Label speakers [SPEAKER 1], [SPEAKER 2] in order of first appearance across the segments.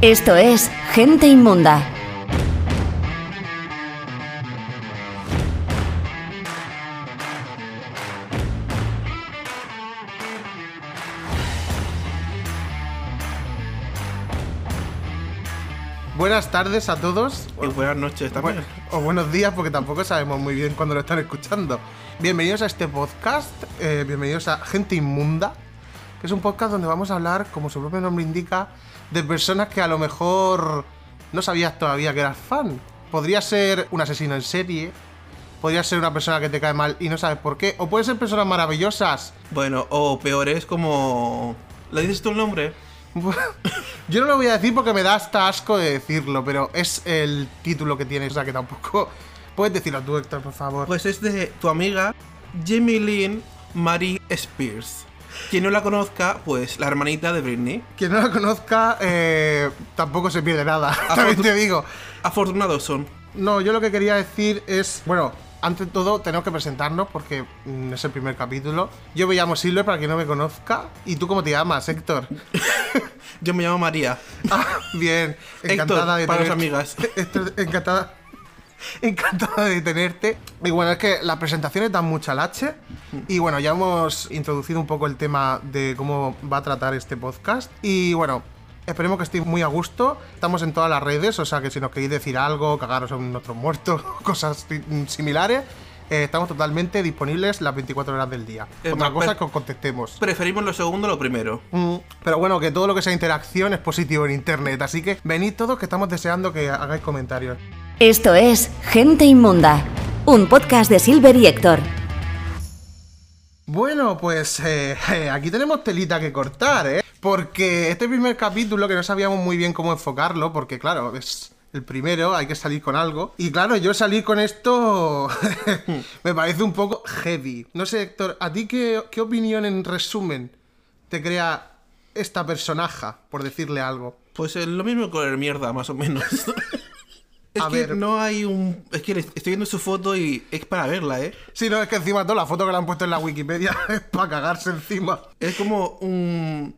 [SPEAKER 1] Esto es Gente Inmunda.
[SPEAKER 2] Buenas tardes a todos.
[SPEAKER 3] Y buenas noches también.
[SPEAKER 2] Bueno, o buenos días, porque tampoco sabemos muy bien cuándo lo están escuchando. Bienvenidos a este podcast, eh, bienvenidos a Gente Inmunda, que es un podcast donde vamos a hablar, como su propio nombre indica, de personas que a lo mejor no sabías todavía que eras fan. Podría ser un asesino en serie, podría ser una persona que te cae mal y no sabes por qué, o pueden ser personas maravillosas.
[SPEAKER 3] Bueno, o peor es como... ¿Le dices tu nombre?
[SPEAKER 2] Yo no lo voy a decir porque me da hasta asco de decirlo, pero es el título que tiene, o sea que tampoco. Puedes decirlo tú, Héctor, por favor.
[SPEAKER 3] Pues es de tu amiga Jamie Lynn Marie Spears. Quien no la conozca, pues la hermanita de Britney.
[SPEAKER 2] Quien no la conozca, eh, tampoco se pierde nada. También te digo.
[SPEAKER 3] Afortunados son.
[SPEAKER 2] No, yo lo que quería decir es. Bueno, antes de todo, tenemos que presentarnos porque mm, es el primer capítulo. Yo me llamo Silver, para quien no me conozca. ¿Y tú cómo te llamas, Héctor?
[SPEAKER 3] Yo me llamo María.
[SPEAKER 2] Ah, bien, encantada
[SPEAKER 3] Héctor,
[SPEAKER 2] de
[SPEAKER 3] para
[SPEAKER 2] tenerte.
[SPEAKER 3] los amigas.
[SPEAKER 2] Héctor, encantada. Encantada de tenerte. Y bueno, es que las presentaciones dan mucha lache. Y bueno, ya hemos introducido un poco el tema de cómo va a tratar este podcast. Y bueno, esperemos que estéis muy a gusto. Estamos en todas las redes, o sea que si nos queréis decir algo, cagaros en nuestros muertos, cosas si- similares, eh, estamos totalmente disponibles las 24 horas del día.
[SPEAKER 3] Es
[SPEAKER 2] Otra
[SPEAKER 3] más,
[SPEAKER 2] cosa
[SPEAKER 3] per-
[SPEAKER 2] es que os contestemos.
[SPEAKER 3] Preferimos lo segundo a lo primero.
[SPEAKER 2] Mm, Pero bueno, que todo lo que sea interacción es positivo en internet, así que venid todos que estamos deseando que hagáis comentarios.
[SPEAKER 1] Esto es Gente Inmunda. Un podcast de Silver y Héctor.
[SPEAKER 2] Bueno, pues eh, eh, aquí tenemos telita que cortar, ¿eh? Porque este primer capítulo que no sabíamos muy bien cómo enfocarlo, porque claro, es el primero, hay que salir con algo. Y claro, yo salir con esto me parece un poco heavy. No sé, Héctor, ¿a ti qué, qué opinión en resumen te crea esta personaja, por decirle algo?
[SPEAKER 3] Pues eh, lo mismo con el mierda, más o menos. es
[SPEAKER 2] A
[SPEAKER 3] que
[SPEAKER 2] ver.
[SPEAKER 3] no hay un. Es que le- estoy viendo su foto y es para verla, ¿eh?
[SPEAKER 2] Si no, es que encima toda la foto que le han puesto en la Wikipedia es para cagarse encima.
[SPEAKER 3] Es como un.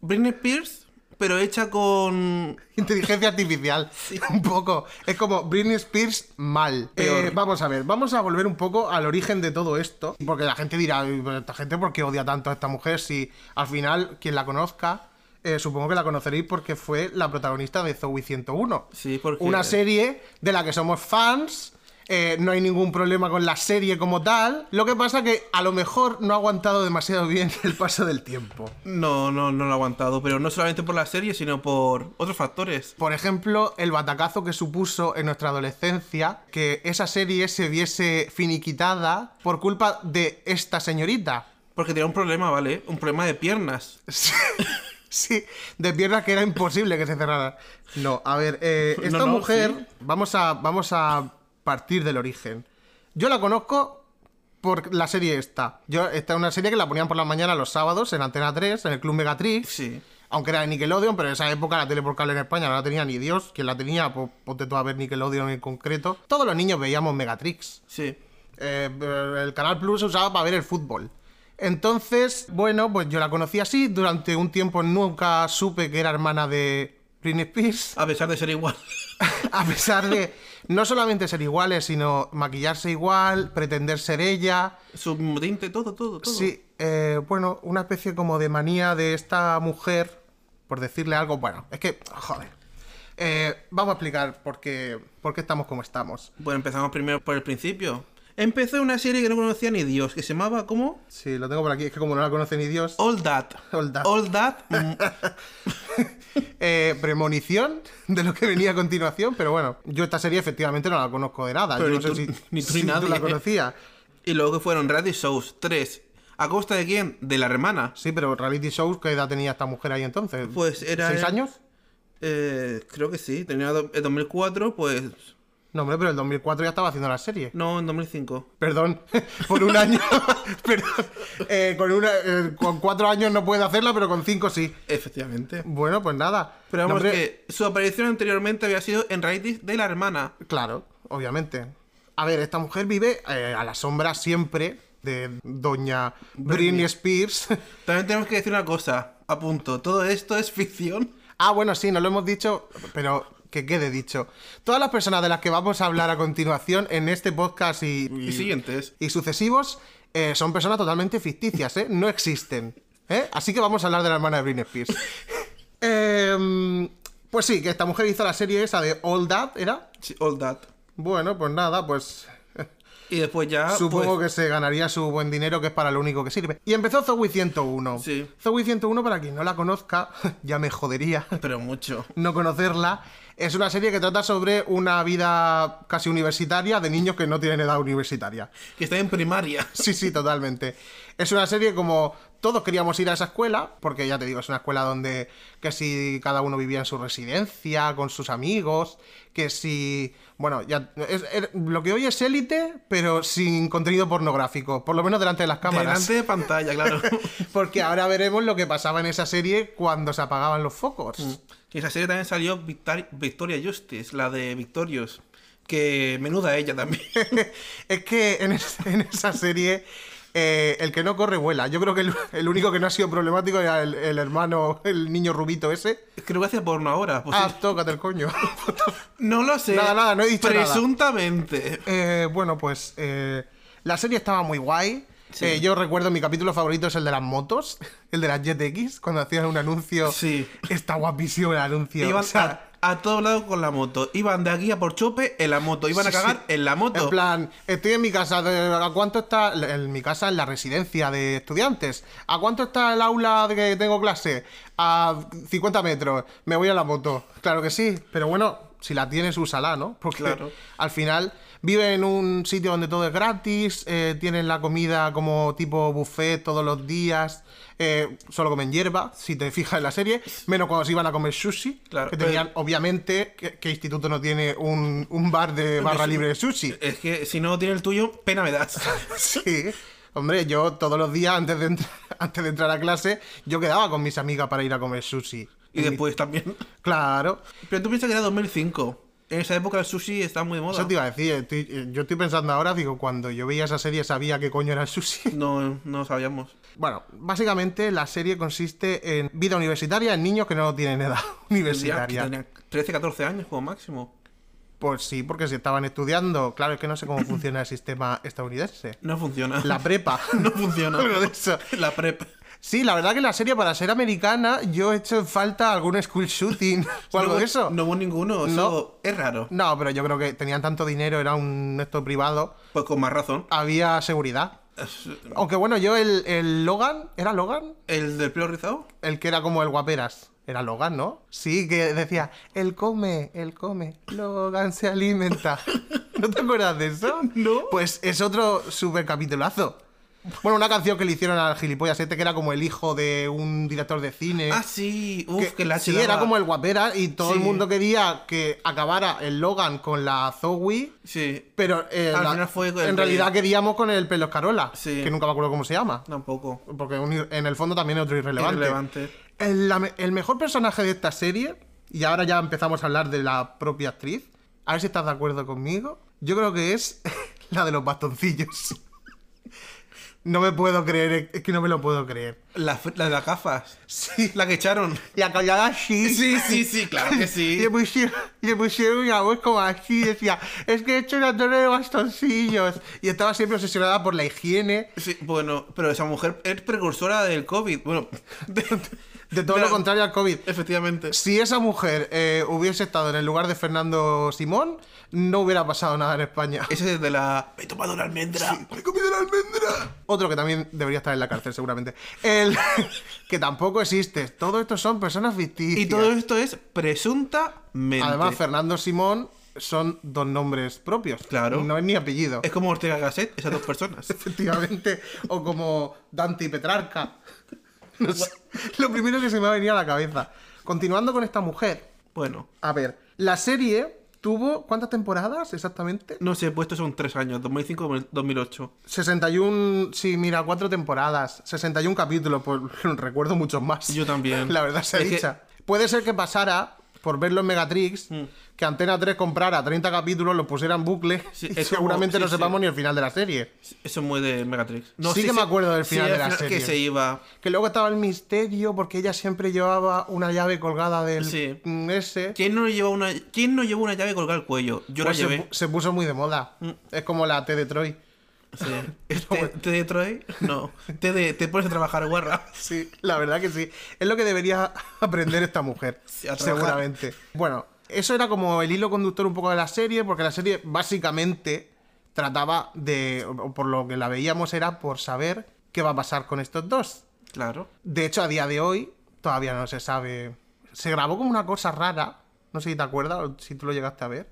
[SPEAKER 3] Britney Spears, pero hecha con.
[SPEAKER 2] Inteligencia artificial, un poco. Es como Britney Spears mal.
[SPEAKER 3] Peor.
[SPEAKER 2] Eh, vamos a ver, vamos a volver un poco al origen de todo esto. Porque la gente dirá, "Uy, pero esta gente, ¿por qué odia tanto a esta mujer? Si al final, quien la conozca, eh, supongo que la conoceréis porque fue la protagonista de Zoe 101.
[SPEAKER 3] Sí, porque-
[SPEAKER 2] Una serie de la que somos fans. eh, no hay ningún problema con la serie como tal. Lo que pasa que a lo mejor no ha aguantado demasiado bien el paso del tiempo.
[SPEAKER 3] No, no, no lo he aguantado, pero no solamente por la serie, sino por otros factores.
[SPEAKER 2] Por ejemplo, el batacazo que supuso en nuestra adolescencia que esa serie se viese finiquitada por culpa de esta señorita.
[SPEAKER 3] Porque tenía un problema, ¿vale? Un problema de piernas.
[SPEAKER 2] Sí, sí, de piernas que era imposible que se cerrara. No, a ver, eh,
[SPEAKER 3] No,
[SPEAKER 2] esta
[SPEAKER 3] no,
[SPEAKER 2] mujer,
[SPEAKER 3] sí.
[SPEAKER 2] vamos, a, vamos a partir del origen. Yo la conozco por la serie esta. Yo, esta es una serie que la ponían por la mañana los sábados en Antena 3, en el Club Megatrix.
[SPEAKER 3] Sí.
[SPEAKER 2] Aunque era de Nickelodeon, pero en esa época la tele por cable en España no la tenía ni Dios. Quien la tenía, pues ponte tú a ver Nickelodeon en concreto. Todos los niños veíamos Megatrix.
[SPEAKER 3] Sí.
[SPEAKER 2] Eh, eh, el Canal Plus se usaba para ver el fútbol. Entonces, bueno, pues yo la conocí así. Durante un tiempo nunca supe que era hermana de Britney Spears.
[SPEAKER 3] A pesar de ser igual.
[SPEAKER 2] A pesar de no solamente ser iguales, sino maquillarse igual, pretender ser ella.
[SPEAKER 3] Su tinte, todo, todo, todo.
[SPEAKER 2] Sí, eh, bueno, una especie como de manía de esta mujer, por decirle algo. Bueno, es que, joder. Eh, vamos a explicar por qué, por qué estamos como estamos.
[SPEAKER 3] Bueno, empezamos primero por el principio. Empezó una serie que no conocía ni Dios, que se llamaba ¿cómo?
[SPEAKER 2] Sí, lo tengo por aquí, es que como no la conoce ni Dios.
[SPEAKER 3] All That.
[SPEAKER 2] All That.
[SPEAKER 3] All That. mm,
[SPEAKER 2] Eh, premonición de lo que venía a continuación, pero bueno, yo esta serie efectivamente no la conozco de nada.
[SPEAKER 3] Pero
[SPEAKER 2] yo no
[SPEAKER 3] ni
[SPEAKER 2] sé
[SPEAKER 3] tú-
[SPEAKER 2] si,
[SPEAKER 3] ni tú
[SPEAKER 2] si
[SPEAKER 3] ni nadie. ¿eh?
[SPEAKER 2] la conocías.
[SPEAKER 3] y luego que fueron reality shows. Tres. ¿A costa de quién? De la hermana.
[SPEAKER 2] Sí, pero reality shows, ¿qué edad tenía esta mujer ahí entonces?
[SPEAKER 3] Pues era-
[SPEAKER 2] ¿Seis años?
[SPEAKER 3] Eh, creo que sí. Tenía do- en 2004, pues...
[SPEAKER 2] No, hombre, pero el 2004 ya estaba haciendo la serie.
[SPEAKER 3] No, en 2005.
[SPEAKER 2] Perdón, por un año. Perdón. Eh, con, una, eh, con cuatro años no puede hacerla, pero con cinco sí.
[SPEAKER 3] Efectivamente.
[SPEAKER 2] Bueno, pues nada.
[SPEAKER 3] Pero
[SPEAKER 2] No,
[SPEAKER 3] vamos,
[SPEAKER 2] hombre,
[SPEAKER 3] que su aparición anteriormente había sido en reality de la hermana.
[SPEAKER 2] Claro, obviamente. A ver, esta mujer vive eh, a la sombra siempre de doña Britney Spears.
[SPEAKER 3] También tenemos que decir una cosa, a punto, todo esto es ficción.
[SPEAKER 2] Ah, bueno, sí, no lo hemos dicho, pero que quede dicho. Todas las personas de las que vamos a hablar a continuación en este podcast y,
[SPEAKER 3] Y siguientes.
[SPEAKER 2] y sucesivos eh, son personas totalmente ficticias, ¿eh? No existen. ¿eh? Así que vamos a hablar de la hermana de Britney Spears. Em, pues sí, que esta mujer hizo la serie esa de All That, ¿era?
[SPEAKER 3] Sí, all that.
[SPEAKER 2] Bueno, pues nada, pues
[SPEAKER 3] Y después ya.
[SPEAKER 2] Supongo
[SPEAKER 3] pues,
[SPEAKER 2] que se ganaría su buen dinero, que es para lo único que sirve. Y empezó Zoey 101.
[SPEAKER 3] Sí.
[SPEAKER 2] Zoey 101, para quien no la conozca, ya me jodería
[SPEAKER 3] Pero mucho.
[SPEAKER 2] no conocerla. Es una serie que trata sobre una vida casi universitaria de niños que no tienen edad universitaria.
[SPEAKER 3] Que está en primaria.
[SPEAKER 2] Sí, sí, totalmente. Es una serie como todos queríamos ir a esa escuela, porque ya te digo, es una escuela donde que si cada uno vivía en su residencia, con sus amigos, que si... Bueno, ya es- es- lo que hoy es élite, pero sin contenido pornográfico, por lo menos delante de las cámaras.
[SPEAKER 3] Delante de pantalla, claro.
[SPEAKER 2] Porque ahora veremos lo que pasaba en esa serie cuando se apagaban los focos.
[SPEAKER 3] que esa serie también salió Victar- Victoria Justice, la de Victorious. Que menuda ella también.
[SPEAKER 2] es que en, es- en esa serie eh, el que no corre vuela. Yo creo que el, el único que no ha sido problemático era el, el hermano, el niño rubito ese.
[SPEAKER 3] Creo que hace porno ahora. pues
[SPEAKER 2] Ah,
[SPEAKER 3] sí.
[SPEAKER 2] tócate el coño.
[SPEAKER 3] No lo sé.
[SPEAKER 2] Nada, nada, no he dicho nada.
[SPEAKER 3] Presuntamente.
[SPEAKER 2] Eh, bueno, pues eh, la serie estaba muy guay.
[SPEAKER 3] Sí.
[SPEAKER 2] Eh, yo recuerdo mi capítulo favorito es el de las motos, el de las Jet X, cuando hacían un anuncio.
[SPEAKER 3] Sí.
[SPEAKER 2] Está guapísimo el anuncio.
[SPEAKER 3] Iban
[SPEAKER 2] o sea,
[SPEAKER 3] a, a todos lados con la moto. Iban de aquí a por chope en la moto. Iban a
[SPEAKER 2] Sí,
[SPEAKER 3] cagar
[SPEAKER 2] sí.
[SPEAKER 3] en la moto.
[SPEAKER 2] En plan, estoy en mi casa, de- ¿a cuánto está? En mi casa, en la residencia de estudiantes. ¿A cuánto está el aula de que tengo clase? A 50 metros. Me voy a la moto. Claro que sí, pero bueno, si la tienes, úsala, ¿no? Porque
[SPEAKER 3] Claro.
[SPEAKER 2] al final vive en un sitio donde todo es gratis, eh, tienen la comida como tipo buffet todos los días. eh, solo comen hierba, si te fijas en la serie, menos cuando se iban a comer sushi,
[SPEAKER 3] Claro,
[SPEAKER 2] que
[SPEAKER 3] pero-
[SPEAKER 2] tenían obviamente, ¿qué, qué instituto no tiene un, un bar de barra
[SPEAKER 3] su-
[SPEAKER 2] libre de sushi?
[SPEAKER 3] Es que si no tiene el tuyo, pena me das.
[SPEAKER 2] Sí. Hombre, yo todos los días antes de, entrar, antes de entrar a clase, yo quedaba con mis amigas para ir a comer sushi.
[SPEAKER 3] y después también.
[SPEAKER 2] Claro.
[SPEAKER 3] Pero tú piensas que era 2005. En esa época el sushi está muy de moda.
[SPEAKER 2] Eso te iba a decir. estoy- eh, yo estoy pensando ahora, digo, cuando yo veía esa serie sabía qué coño era el sushi.
[SPEAKER 3] No, no sabíamos.
[SPEAKER 2] Bueno, básicamente la serie consiste en vida universitaria en niños que no tienen edad universitaria.
[SPEAKER 3] Tenía 13, 14 años como máximo.
[SPEAKER 2] Pues sí, porque si estaban estudiando, claro, es que no sé cómo funciona el sistema estadounidense.
[SPEAKER 3] No funciona.
[SPEAKER 2] La prepa.
[SPEAKER 3] no funciona.
[SPEAKER 2] Algo de eso.
[SPEAKER 3] La prep.
[SPEAKER 2] Sí, la verdad que la serie, para ser americana, yo he hecho en falta algún school shooting o algo
[SPEAKER 3] No-
[SPEAKER 2] de eso.
[SPEAKER 3] No hubo ninguno. Eso
[SPEAKER 2] No.
[SPEAKER 3] es raro.
[SPEAKER 2] No, pero yo creo que tenían tanto dinero, era un esto privado,
[SPEAKER 3] Pues con más razón.
[SPEAKER 2] había seguridad. Aunque bueno, yo el, el Logan, ¿era Logan?
[SPEAKER 3] ¿El del pelo rizado?
[SPEAKER 2] El que era como el guaperas. Era Logan, ¿no? Sí, que decía, él come, él come, Logan se alimenta. ¿No te acuerdas de eso?
[SPEAKER 3] No.
[SPEAKER 2] Pues es otro super capitulazo. Bueno, una canción que le hicieron al gilipollas este, que era como el hijo de un director de cine.
[SPEAKER 3] Ah, sí. Uf, que, la
[SPEAKER 2] sí,
[SPEAKER 3] chilaba.
[SPEAKER 2] era como el guapera y todo el
[SPEAKER 3] Sí.
[SPEAKER 2] mundo quería que acabara el Logan con la Zoe,
[SPEAKER 3] Sí.
[SPEAKER 2] pero eh,
[SPEAKER 3] Al
[SPEAKER 2] la-
[SPEAKER 3] final fue con el
[SPEAKER 2] en
[SPEAKER 3] de-
[SPEAKER 2] realidad queríamos con el pelo Escarola,
[SPEAKER 3] Sí.
[SPEAKER 2] que nunca me acuerdo cómo se llama,
[SPEAKER 3] Tampoco.
[SPEAKER 2] porque un ir- en el fondo también es otro irrelevante.
[SPEAKER 3] Irrelevante.
[SPEAKER 2] El, la me- el mejor personaje de esta serie, y ahora ya empezamos a hablar de la propia actriz, a ver si estás de acuerdo conmigo, yo creo que es la de los bastoncillos. No me puedo creer, es que no me lo puedo creer.
[SPEAKER 3] La, f- la de las gafas.
[SPEAKER 2] Sí,
[SPEAKER 3] La que echaron.
[SPEAKER 2] y acallada así.
[SPEAKER 3] Sí, sí, sí, claro que sí.
[SPEAKER 2] Le pusieron, le pusieron una voz como así, decía, es que he hecho una torre de bastoncillos. Y estaba siempre obsesionada por la higiene,
[SPEAKER 3] Sí, bueno, pero esa mujer es precursora del COVID. Bueno,
[SPEAKER 2] de todo
[SPEAKER 3] De-
[SPEAKER 2] lo contrario al COVID.
[SPEAKER 3] efectivamente.
[SPEAKER 2] Si esa mujer eh, hubiese estado en el lugar de Fernando Simón, no hubiera pasado nada en España.
[SPEAKER 3] Ese es de la... Me he tomado una almendra.
[SPEAKER 2] ¡He comido la almendra! Otro que también debería estar en la cárcel, seguramente. El que tampoco existe. Todo esto son personas ficticias.
[SPEAKER 3] Y todo esto es presuntamente.
[SPEAKER 2] Además, Fernando Simón son dos nombres propios.
[SPEAKER 3] Claro.
[SPEAKER 2] No es ni apellido.
[SPEAKER 3] es como Ortega Gasset, esas dos personas.
[SPEAKER 2] Efectivamente. O como Dante y Petrarca. No sé. Lo primero que se me ha venido a la cabeza. Continuando con esta mujer.
[SPEAKER 3] bueno,
[SPEAKER 2] A ver, la serie tuvo. ¿Cuántas temporadas exactamente?
[SPEAKER 3] no sé, pues estos son tres años, 2005-2008.
[SPEAKER 2] 61. Sí, mira, cuatro temporadas. 61 capítulos. Pues recuerdo muchos más.
[SPEAKER 3] Yo también.
[SPEAKER 2] La verdad se
[SPEAKER 3] Es que- Mm.
[SPEAKER 2] dicha. Puede ser que pasara por verlo en Megatrix. que Antena 3 comprara 30 capítulos, los pusiera en bucle
[SPEAKER 3] Sí,
[SPEAKER 2] y
[SPEAKER 3] es como-
[SPEAKER 2] seguramente no
[SPEAKER 3] sí, sí.
[SPEAKER 2] sepamos ni el final de la serie.
[SPEAKER 3] Eso es muy de Megatrix.
[SPEAKER 2] Sí que me acuerdo del final
[SPEAKER 3] al
[SPEAKER 2] de la serie.
[SPEAKER 3] Que se iba.
[SPEAKER 2] Que luego estaba el misterio porque ella siempre llevaba una llave colgada del
[SPEAKER 3] Sí.
[SPEAKER 2] mm, ese.
[SPEAKER 3] ¿Quién no lleva una, ¿quién no lleva una llave colgada al cuello? Yo
[SPEAKER 2] Pues se,
[SPEAKER 3] la llevé. Mm.
[SPEAKER 2] pu- se puso muy de moda. Es como la T de Troy.
[SPEAKER 3] Sí. ¿Te,
[SPEAKER 2] pues-
[SPEAKER 3] te de Troy? No. ¿Te, de- te pones a trabajar, guarra?
[SPEAKER 2] Sí, la verdad que sí. Es lo que debería aprender esta mujer,
[SPEAKER 3] Sí, a trabajar.
[SPEAKER 2] seguramente. Bueno, eso era como el hilo conductor un poco de la serie, porque la serie básicamente trataba de, o por lo que la veíamos era por saber qué va a pasar con estos dos.
[SPEAKER 3] Claro.
[SPEAKER 2] De hecho, a día de hoy todavía no se sabe. Se grabó como una cosa rara, no sé si te acuerdas o si tú lo llegaste a ver,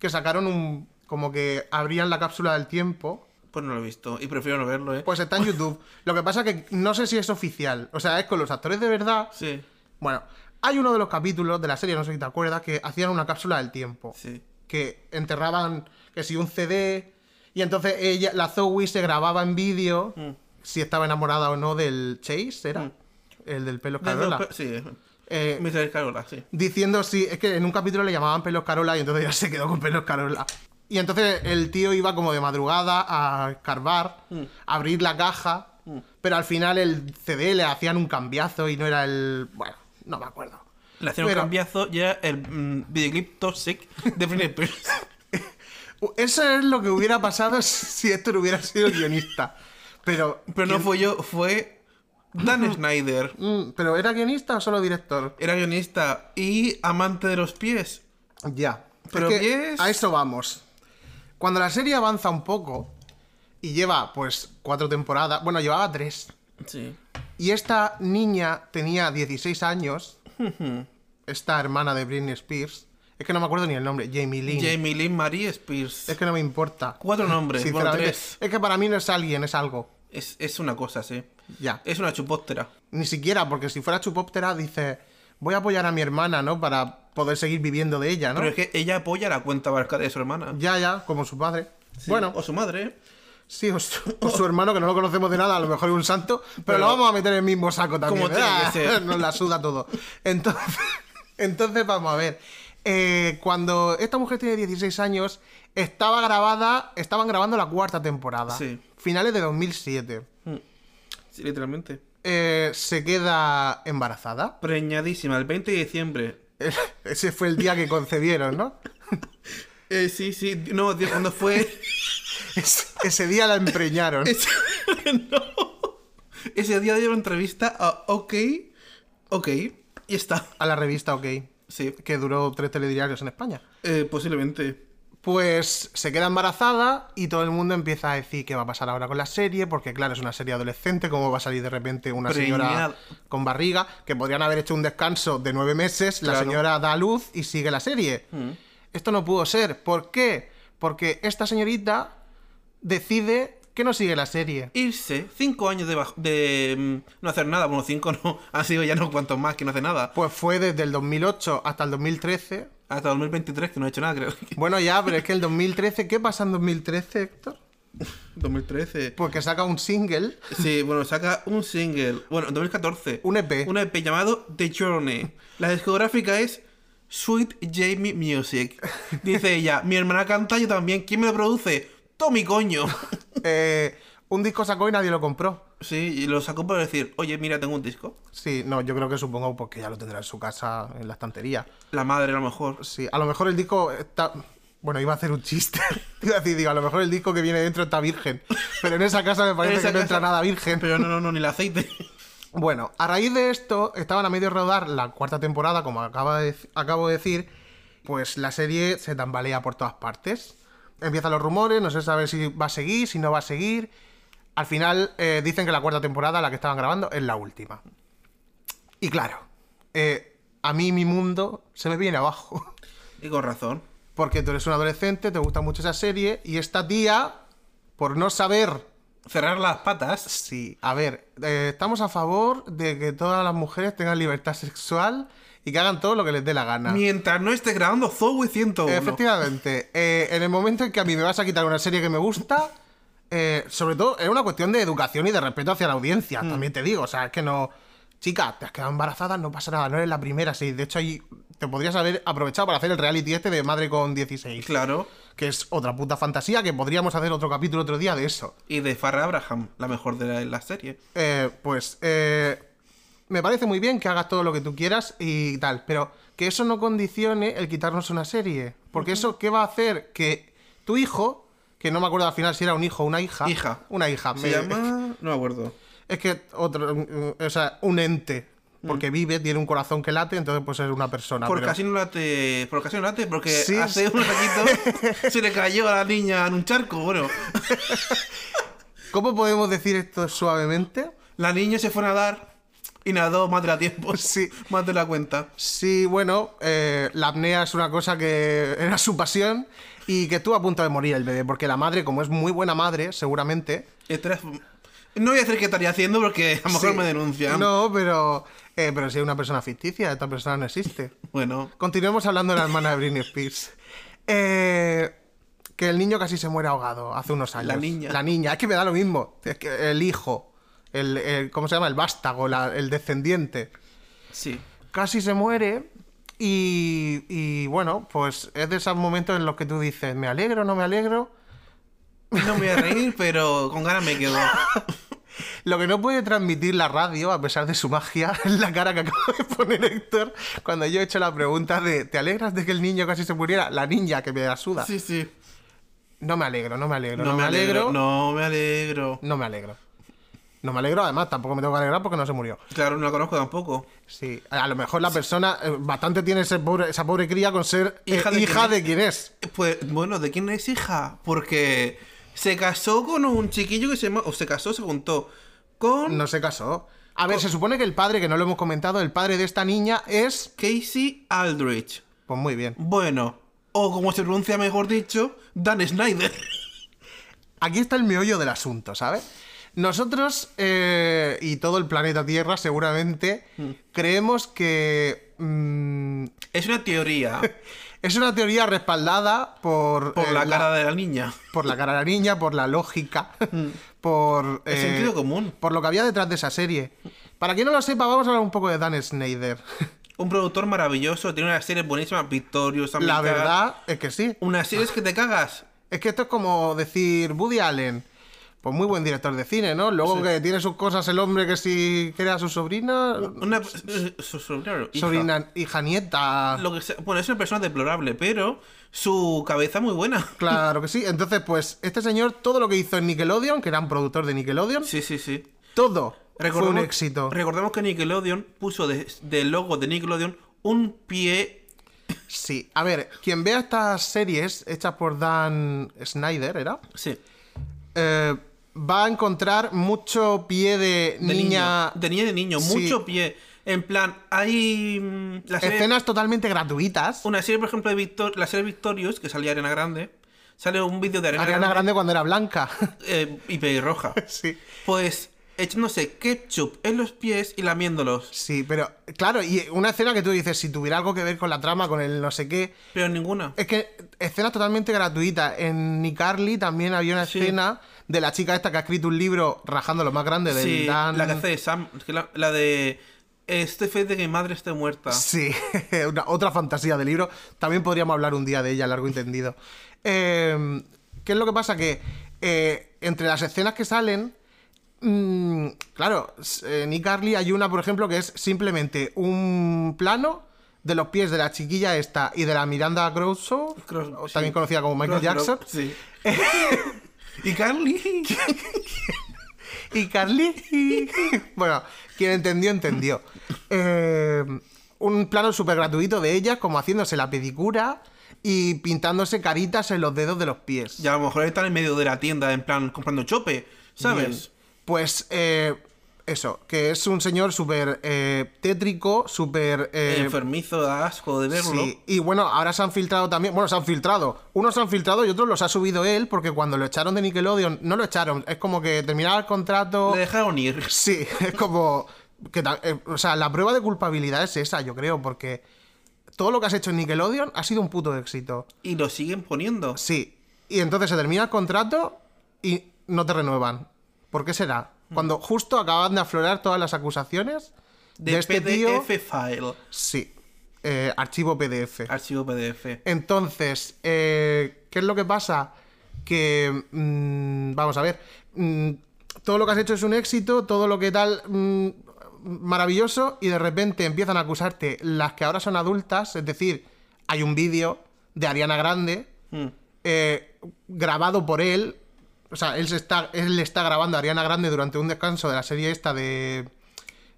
[SPEAKER 2] que sacaron un... como que abrían la cápsula del tiempo
[SPEAKER 3] Pues no lo he visto. Y prefiero no verlo, ¿eh?
[SPEAKER 2] pues está en YouTube. Lo que pasa que no sé si es oficial. O sea, es con los actores de verdad.
[SPEAKER 3] Sí.
[SPEAKER 2] Bueno, hay uno de los capítulos de la serie, no sé si te acuerdas, que hacían una cápsula del tiempo.
[SPEAKER 3] Sí.
[SPEAKER 2] Que enterraban, que si un CD. Y entonces ella, la Zoe se grababa en vídeo si estaba enamorada o no del Chase, ¿era?
[SPEAKER 3] Mm.
[SPEAKER 2] El del pelo
[SPEAKER 3] De-
[SPEAKER 2] Carola.
[SPEAKER 3] pe- Sí.
[SPEAKER 2] Eh,
[SPEAKER 3] Mr. Carola, sí.
[SPEAKER 2] diciendo sí, es que en un capítulo le llamaban pelos Carola y entonces ya se quedó con pelos Carola. Y entonces el tío iba como de madrugada a escarbar, a abrir la caja, pero al final el CD le hacían un cambiazo y no era el. Bueno, no me acuerdo.
[SPEAKER 3] Le hacían un
[SPEAKER 2] Pero-
[SPEAKER 3] cambiazo y era el mm, videoclip Toxic de Britney Spears.
[SPEAKER 2] Eso es lo que hubiera pasado si esto no hubiera sido el guionista. Pero.
[SPEAKER 3] Pero no
[SPEAKER 2] ¿quién-
[SPEAKER 3] fue yo, fue Dan Snyder.
[SPEAKER 2] Mm, ¿Pero era guionista o solo director?
[SPEAKER 3] Era guionista y amante de los pies.
[SPEAKER 2] Ya.
[SPEAKER 3] Pero
[SPEAKER 2] Es que
[SPEAKER 3] pies-
[SPEAKER 2] A eso vamos. Cuando la serie avanza un poco y lleva, pues, cuatro temporadas. Bueno, llevaba tres.
[SPEAKER 3] Sí.
[SPEAKER 2] Y esta niña tenía 16 años. Esta hermana de Britney Spears. Es que no me acuerdo ni el nombre. Jamie Lynn.
[SPEAKER 3] Jamie Lynn Marie Spears.
[SPEAKER 2] Es que no me importa.
[SPEAKER 3] Cuatro nombres, bueno,
[SPEAKER 2] Sinceramente,
[SPEAKER 3] tres.
[SPEAKER 2] Es que para mí no es alguien, es algo.
[SPEAKER 3] Es, es una cosa, sí.
[SPEAKER 2] Ya.
[SPEAKER 3] Es una chupóstera.
[SPEAKER 2] Ni siquiera, porque si fuera chupóptera, dice. Voy a apoyar a mi hermana, ¿no? Para poder seguir viviendo de ella, ¿no?
[SPEAKER 3] Pero es que ella apoya la cuenta bancaria de su hermana.
[SPEAKER 2] Ya, ya, como su padre.
[SPEAKER 3] Sí,
[SPEAKER 2] Bueno,
[SPEAKER 3] O su madre.
[SPEAKER 2] sí, o su, o su hermano, que no lo conocemos de nada, a lo mejor es un santo, pero,
[SPEAKER 3] Pero-
[SPEAKER 2] lo vamos a meter en el mismo saco también.
[SPEAKER 3] Como tiene que ser.
[SPEAKER 2] Nos la suda todo. Entonces, entonces vamos a ver. Eh, cuando esta mujer tiene 16 años, estaba grabada, estaban grabando la cuarta temporada.
[SPEAKER 3] Sí.
[SPEAKER 2] Finales de 2007.
[SPEAKER 3] Sí, literalmente.
[SPEAKER 2] Eh, se queda embarazada.
[SPEAKER 3] Preñadísima, el 20 de diciembre.
[SPEAKER 2] Ese fue el día que concebieron, ¿no?
[SPEAKER 3] Eh, sí, sí. No, Dios, cuando fue.
[SPEAKER 2] Ese, ese día la empreñaron.
[SPEAKER 3] Ese, no. Ese día dio una entrevista a OK. OK. Y está.
[SPEAKER 2] A la revista OK.
[SPEAKER 3] Sí.
[SPEAKER 2] que duró tres telediarios en España.
[SPEAKER 3] eh, posiblemente.
[SPEAKER 2] Pues se queda embarazada y todo el mundo empieza a decir qué va a pasar ahora con la serie, porque claro, es una serie adolescente, cómo va a salir de repente una
[SPEAKER 3] Preñada.
[SPEAKER 2] señora con barriga, que podrían haber hecho un descanso de nueve meses, la
[SPEAKER 3] Claro. Mm.
[SPEAKER 2] señora da a luz y sigue la serie. Esto no pudo ser. ¿Por qué? Porque esta señorita decide que no sigue la serie.
[SPEAKER 3] Irse cinco años de, baj- de mm, no hacer nada. Bueno, cinco no. Han sido ya no cuantos más que no hace nada.
[SPEAKER 2] Pues fue desde el 2008 hasta el 2013.
[SPEAKER 3] Hasta 2023 que no ha hecho nada, creo.
[SPEAKER 2] Bueno, ya, pero es que el 2013, ¿qué pasa en 2013, Héctor?
[SPEAKER 3] 2013.
[SPEAKER 2] Porque saca un single.
[SPEAKER 3] Sí, bueno, saca un single. Bueno, en 2014.
[SPEAKER 2] Un EP.
[SPEAKER 3] Un E EP llamado The Journey. La discográfica es Sweet Jamie Music. Dice ella, mi hermana canta, yo también. ¿Quién me lo produce? Tommy coño.
[SPEAKER 2] Eh, un disco sacó y nadie lo compró.
[SPEAKER 3] Sí, y lo sacó para decir, oye, mira, tengo un disco.
[SPEAKER 2] Sí, no, yo creo que supongo porque ya lo tendrá en su casa, en la estantería.
[SPEAKER 3] La madre, a lo mejor.
[SPEAKER 2] Sí, a lo mejor el disco está... Bueno, iba a hacer un chiste. iba a decir, digo, a lo mejor el disco que viene dentro está virgen. Pero en esa casa me parece
[SPEAKER 3] esa
[SPEAKER 2] que no entra
[SPEAKER 3] casa-
[SPEAKER 2] nada virgen.
[SPEAKER 3] Pero no, no, no, ni el aceite.
[SPEAKER 2] Bueno, a raíz de esto, estaban a medio rodar la cuarta temporada, como acaba de, acabo de decir, pues la serie se tambalea por todas partes. Empiezan los rumores, no se sabe si va a seguir, si no va a seguir. Al final eh, dicen que la cuarta temporada, la que estaban grabando, es la última. Y claro, eh, a mí mi mundo se me viene abajo.
[SPEAKER 3] Y con razón.
[SPEAKER 2] Porque tú eres un adolescente, te gusta mucho esa serie, y esta tía, por no saber
[SPEAKER 3] Cerrar las patas.
[SPEAKER 2] Sí, a ver, eh, estamos a favor de que todas las mujeres tengan libertad sexual y que hagan todo lo que les dé la gana.
[SPEAKER 3] Mientras no estés grabando Zoe 101.
[SPEAKER 2] Ah. Efectivamente, eh, en el momento en que a mí me vas a quitar una serie que me gusta, eh, sobre todo es una cuestión de educación y de respeto hacia la audiencia, también te digo, o sea, es que no... Chica, te has quedado embarazada, no pasa nada, no eres la primera, sí, de hecho hay te podrías haber aprovechado para hacer el reality este de Madre con 16.
[SPEAKER 3] Claro.
[SPEAKER 2] Que es otra puta fantasía que podríamos hacer otro capítulo otro día de eso.
[SPEAKER 3] Y de Farrah Abraham, la mejor de la, la serie.
[SPEAKER 2] Eh, pues eh, me parece muy bien que hagas todo lo que tú quieras y tal, pero que eso no condicione el quitarnos una serie. Porque eso, ¿qué va a hacer? Que tu hijo, que no me acuerdo al final si era un hijo o una hija.
[SPEAKER 3] Hija.
[SPEAKER 2] Una hija.
[SPEAKER 3] Se
[SPEAKER 2] me-
[SPEAKER 3] llama. No me acuerdo.
[SPEAKER 2] Es que otro, mm, o sea, un ente. Porque vive, tiene un corazón que late, entonces pues es una persona.
[SPEAKER 3] Por
[SPEAKER 2] pero-
[SPEAKER 3] casi Mm. no late. Por casi no late, porque
[SPEAKER 2] Sí,
[SPEAKER 3] hace
[SPEAKER 2] sí.
[SPEAKER 3] unos añitos se le cayó a la niña en un charco. Bueno,
[SPEAKER 2] ¿Cómo podemos decir esto suavemente?
[SPEAKER 3] la niña se fue a nadar y nadó más de la tiempo.
[SPEAKER 2] Sí.
[SPEAKER 3] Más de la cuenta.
[SPEAKER 2] Sí, bueno, eh, la apnea es una cosa que era su pasión y que estuvo a punto de morir el bebé, porque la madre, como es muy buena madre, seguramente...
[SPEAKER 3] Estarás- No voy a decir qué estaría haciendo porque a lo mejor
[SPEAKER 2] Sí.
[SPEAKER 3] me denuncian.
[SPEAKER 2] No, pero, eh, pero si hay una persona ficticia, esta persona no existe.
[SPEAKER 3] Bueno,
[SPEAKER 2] Continuemos hablando de la hermana de Britney Spears. Eh, que el niño casi se muere ahogado hace unos años.
[SPEAKER 3] La niña.
[SPEAKER 2] La niña, es que me da lo mismo. Es que el hijo, el, el- ¿cómo se llama? El vástago, la- el descendiente.
[SPEAKER 3] sí.
[SPEAKER 2] casi se muere. Y, y, bueno, pues es de esos momentos en los que tú dices, me alegro, no me alegro.
[SPEAKER 3] No me voy a reír, pero con ganas me quedo.
[SPEAKER 2] Lo que no puede transmitir la radio, a pesar de su magia, es la cara que acaba de poner Héctor cuando yo he hecho la pregunta de, ¿te alegras de que el niño casi se muriera? La niña que me la suda.
[SPEAKER 3] Sí, sí.
[SPEAKER 2] No me alegro, no me alegro,
[SPEAKER 3] No,
[SPEAKER 2] no, me alegro. No.
[SPEAKER 3] No me alegro.
[SPEAKER 2] me alegro. No me alegro, además, tampoco me tengo que alegrar porque no se murió.
[SPEAKER 3] Claro, no la conozco tampoco.
[SPEAKER 2] Sí, a lo mejor la persona, eh, bastante tiene ese pobre- esa pobre cría con ser eh,
[SPEAKER 3] Hija de
[SPEAKER 2] hija
[SPEAKER 3] quién es.
[SPEAKER 2] de quien es.
[SPEAKER 3] Pues bueno, ¿de quién es hija? Porque se casó con un chiquillo que se llama. O se casó, se juntó. Con
[SPEAKER 2] No se casó. A ver, se supone que el padre, que no lo hemos comentado, el padre de esta niña es.
[SPEAKER 3] Casey Aldrich.
[SPEAKER 2] Pues muy bien.
[SPEAKER 3] Bueno, o como se pronuncia mejor dicho, Dan Snyder.
[SPEAKER 2] Aquí está el meollo del asunto, ¿sabes? Nosotros eh, y todo el planeta Tierra seguramente
[SPEAKER 3] Mm.
[SPEAKER 2] creemos que mm,
[SPEAKER 3] Es una teoría
[SPEAKER 2] es una teoría respaldada por,
[SPEAKER 3] por
[SPEAKER 2] eh,
[SPEAKER 3] la cara de la niña.
[SPEAKER 2] por la cara de la niña, por la lógica, por eh,
[SPEAKER 3] El sentido común.
[SPEAKER 2] por lo que había detrás de esa serie. Para quien no lo sepa, vamos a hablar un poco de Dan Snyder.
[SPEAKER 3] Un productor maravilloso, tiene una serie buenísima, Victorious.
[SPEAKER 2] la verdad es que sí.
[SPEAKER 3] Unas series que te cagas.
[SPEAKER 2] Es que esto es como decir Woody Allen. Pues muy buen director de cine, ¿no? Luego que tiene sus cosas el hombre que si crea a su sobrina.
[SPEAKER 3] Una. eh, Su sobrina. hija.
[SPEAKER 2] Ah. Sobrina, hija nieta.
[SPEAKER 3] Lo que sea- Bueno, es una persona deplorable, pero su cabeza muy buena.
[SPEAKER 2] Claro que sí. Entonces, pues, este señor, todo lo que hizo en Nickelodeon, que era un productor de Nickelodeon,
[SPEAKER 3] Sí, sí, sí.
[SPEAKER 2] todo fue un éxito.
[SPEAKER 3] Recordemos que Nickelodeon puso de, de logo de Nickelodeon un pie.
[SPEAKER 2] Sí. A ver, quien vea estas series hechas por Dan Snyder, ¿era?
[SPEAKER 3] Sí.
[SPEAKER 2] Eh, va a encontrar mucho pie de,
[SPEAKER 3] De
[SPEAKER 2] niña.
[SPEAKER 3] niño, de niña y de niño.
[SPEAKER 2] Sí.
[SPEAKER 3] Mucho pie. En plan, hay. mm, La serie-
[SPEAKER 2] Escenas totalmente gratuitas.
[SPEAKER 3] Una serie, por ejemplo, de Victor, la serie Victorious, que salía Arena Grande. Sale un vídeo de Arena,
[SPEAKER 2] Ariana Grande cuando era blanca.
[SPEAKER 3] eh, y pelirroja.
[SPEAKER 2] sí.
[SPEAKER 3] Pues echándose ketchup en los pies y lamiéndolos.
[SPEAKER 2] Sí, pero claro, y una escena que tú dices, si tuviera algo que ver con la trama, con el no sé qué,
[SPEAKER 3] Pero ninguna.
[SPEAKER 2] es que escenas totalmente gratuitas. En Nicarly también había una
[SPEAKER 3] Sí.
[SPEAKER 2] escena de la chica esta que ha escrito un libro rajando lo más grande del
[SPEAKER 3] Sí,
[SPEAKER 2] Dan.
[SPEAKER 3] la que hace de Sam, que la, la de este fe de que mi madre esté muerta.
[SPEAKER 2] Sí, una- otra fantasía de libro. También podríamos hablar un día de ella, largo y tendido. Eh, ¿Qué es lo que pasa? Que eh, entre las escenas que salen, mm, claro, s- en iCarly hay una, por ejemplo, que es simplemente un plano de los pies de la chiquilla esta y de la Miranda Grosso,
[SPEAKER 3] Cross- sí.
[SPEAKER 2] también conocida como Michael
[SPEAKER 3] Cross-
[SPEAKER 2] Jackson,
[SPEAKER 3] Cross- Sí. y Carly.
[SPEAKER 2] Y Carly. bueno, quien entendió, entendió. Eh, un plano súper gratuito de ellas, como haciéndose la pedicura y pintándose caritas en los dedos de los pies.
[SPEAKER 3] ya a lo mejor están en medio de la tienda, en plan comprando chope, ¿sabes?
[SPEAKER 2] Pues eh, eso, que es un señor súper eh, tétrico, súper... eh,
[SPEAKER 3] Enfermizo, da asco de verlo.
[SPEAKER 2] Sí, y bueno, ahora se han filtrado también. Bueno, se han filtrado. Unos se han filtrado y otros los ha subido él, porque cuando lo echaron de Nickelodeon, no lo echaron. Es como que terminaba el contrato.
[SPEAKER 3] Le dejaron ir.
[SPEAKER 2] Sí, es como. Que, ta- eh, o sea, la prueba de culpabilidad es esa, yo creo, porque todo lo que has hecho en Nickelodeon ha sido un puto éxito.
[SPEAKER 3] Y lo siguen poniendo.
[SPEAKER 2] Sí. Y entonces se termina el contrato y no te renuevan. ¿Por qué será? Cuando justo acaban de aflorar todas las acusaciones de,
[SPEAKER 3] De
[SPEAKER 2] este tío.
[SPEAKER 3] PDF file.
[SPEAKER 2] Sí. eh, archivo PDF.
[SPEAKER 3] Archivo PDF.
[SPEAKER 2] Entonces, eh, ¿qué es lo que pasa? Que, mm, vamos a ver, mm, todo lo que has hecho es un éxito, todo lo que tal, mm, maravilloso, y de repente empiezan a acusarte las que ahora son adultas, es decir, hay un vídeo de Ariana Grande
[SPEAKER 3] Hmm.
[SPEAKER 2] eh, grabado por él, o sea, él, se está, él le está grabando a Ariana Grande durante un descanso de la serie esta de...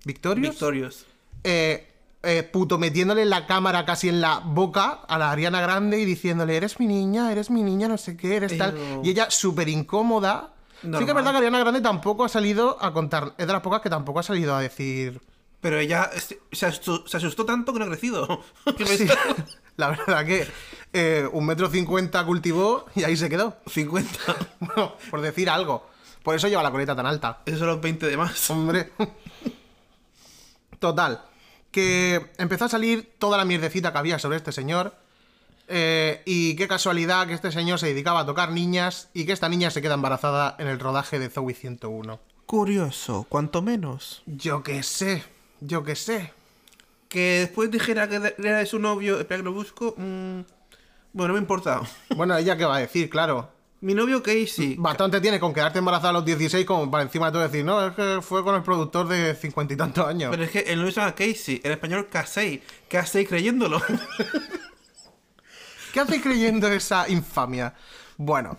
[SPEAKER 2] ¿Victorious?
[SPEAKER 3] Victorious.
[SPEAKER 2] eh, eh, puto metiéndole la cámara casi en la boca a la Ariana Grande y diciéndole, eres mi niña, eres mi niña, no sé qué, eres
[SPEAKER 3] Pero-
[SPEAKER 2] tal. Y ella súper incómoda. Sí que es
[SPEAKER 3] Normal.
[SPEAKER 2] verdad que Ariana Grande tampoco ha salido a contar, es de las pocas que tampoco ha salido a decir...
[SPEAKER 3] Pero ella se, se asustó, se asustó tanto que no ha crecido. Que no
[SPEAKER 2] Sí,
[SPEAKER 3] está-
[SPEAKER 2] la verdad que eh, un metro cincuenta cultivó y ahí se quedó.
[SPEAKER 3] 50.
[SPEAKER 2] Bueno, por decir algo. Por eso lleva la coleta tan alta.
[SPEAKER 3] Esos son los 20 de más.
[SPEAKER 2] Hombre. Total. Que empezó a salir toda la mierdecita que había sobre este señor. eh, y qué casualidad que este señor se dedicaba a tocar niñas y que esta niña se queda embarazada en el rodaje de Zoe 101.
[SPEAKER 3] Curioso, cuanto menos.
[SPEAKER 2] Yo qué sé, yo qué sé.
[SPEAKER 3] Que después dijera que era de su novio. Espera que lo busco. mm, bueno, no me importa.
[SPEAKER 2] Bueno, ella qué va a decir, claro.
[SPEAKER 3] Mi novio Casey.
[SPEAKER 2] Bastante tiene con quedarte embarazada a los 16 como para encima de todo decir, no, es que fue con el productor de cincuenta y tantos años.
[SPEAKER 3] Pero es que el novio se llama Casey. En español, Casey. Casey creyéndolo.
[SPEAKER 2] ¿Qué hace creyendo esa infamia? Bueno,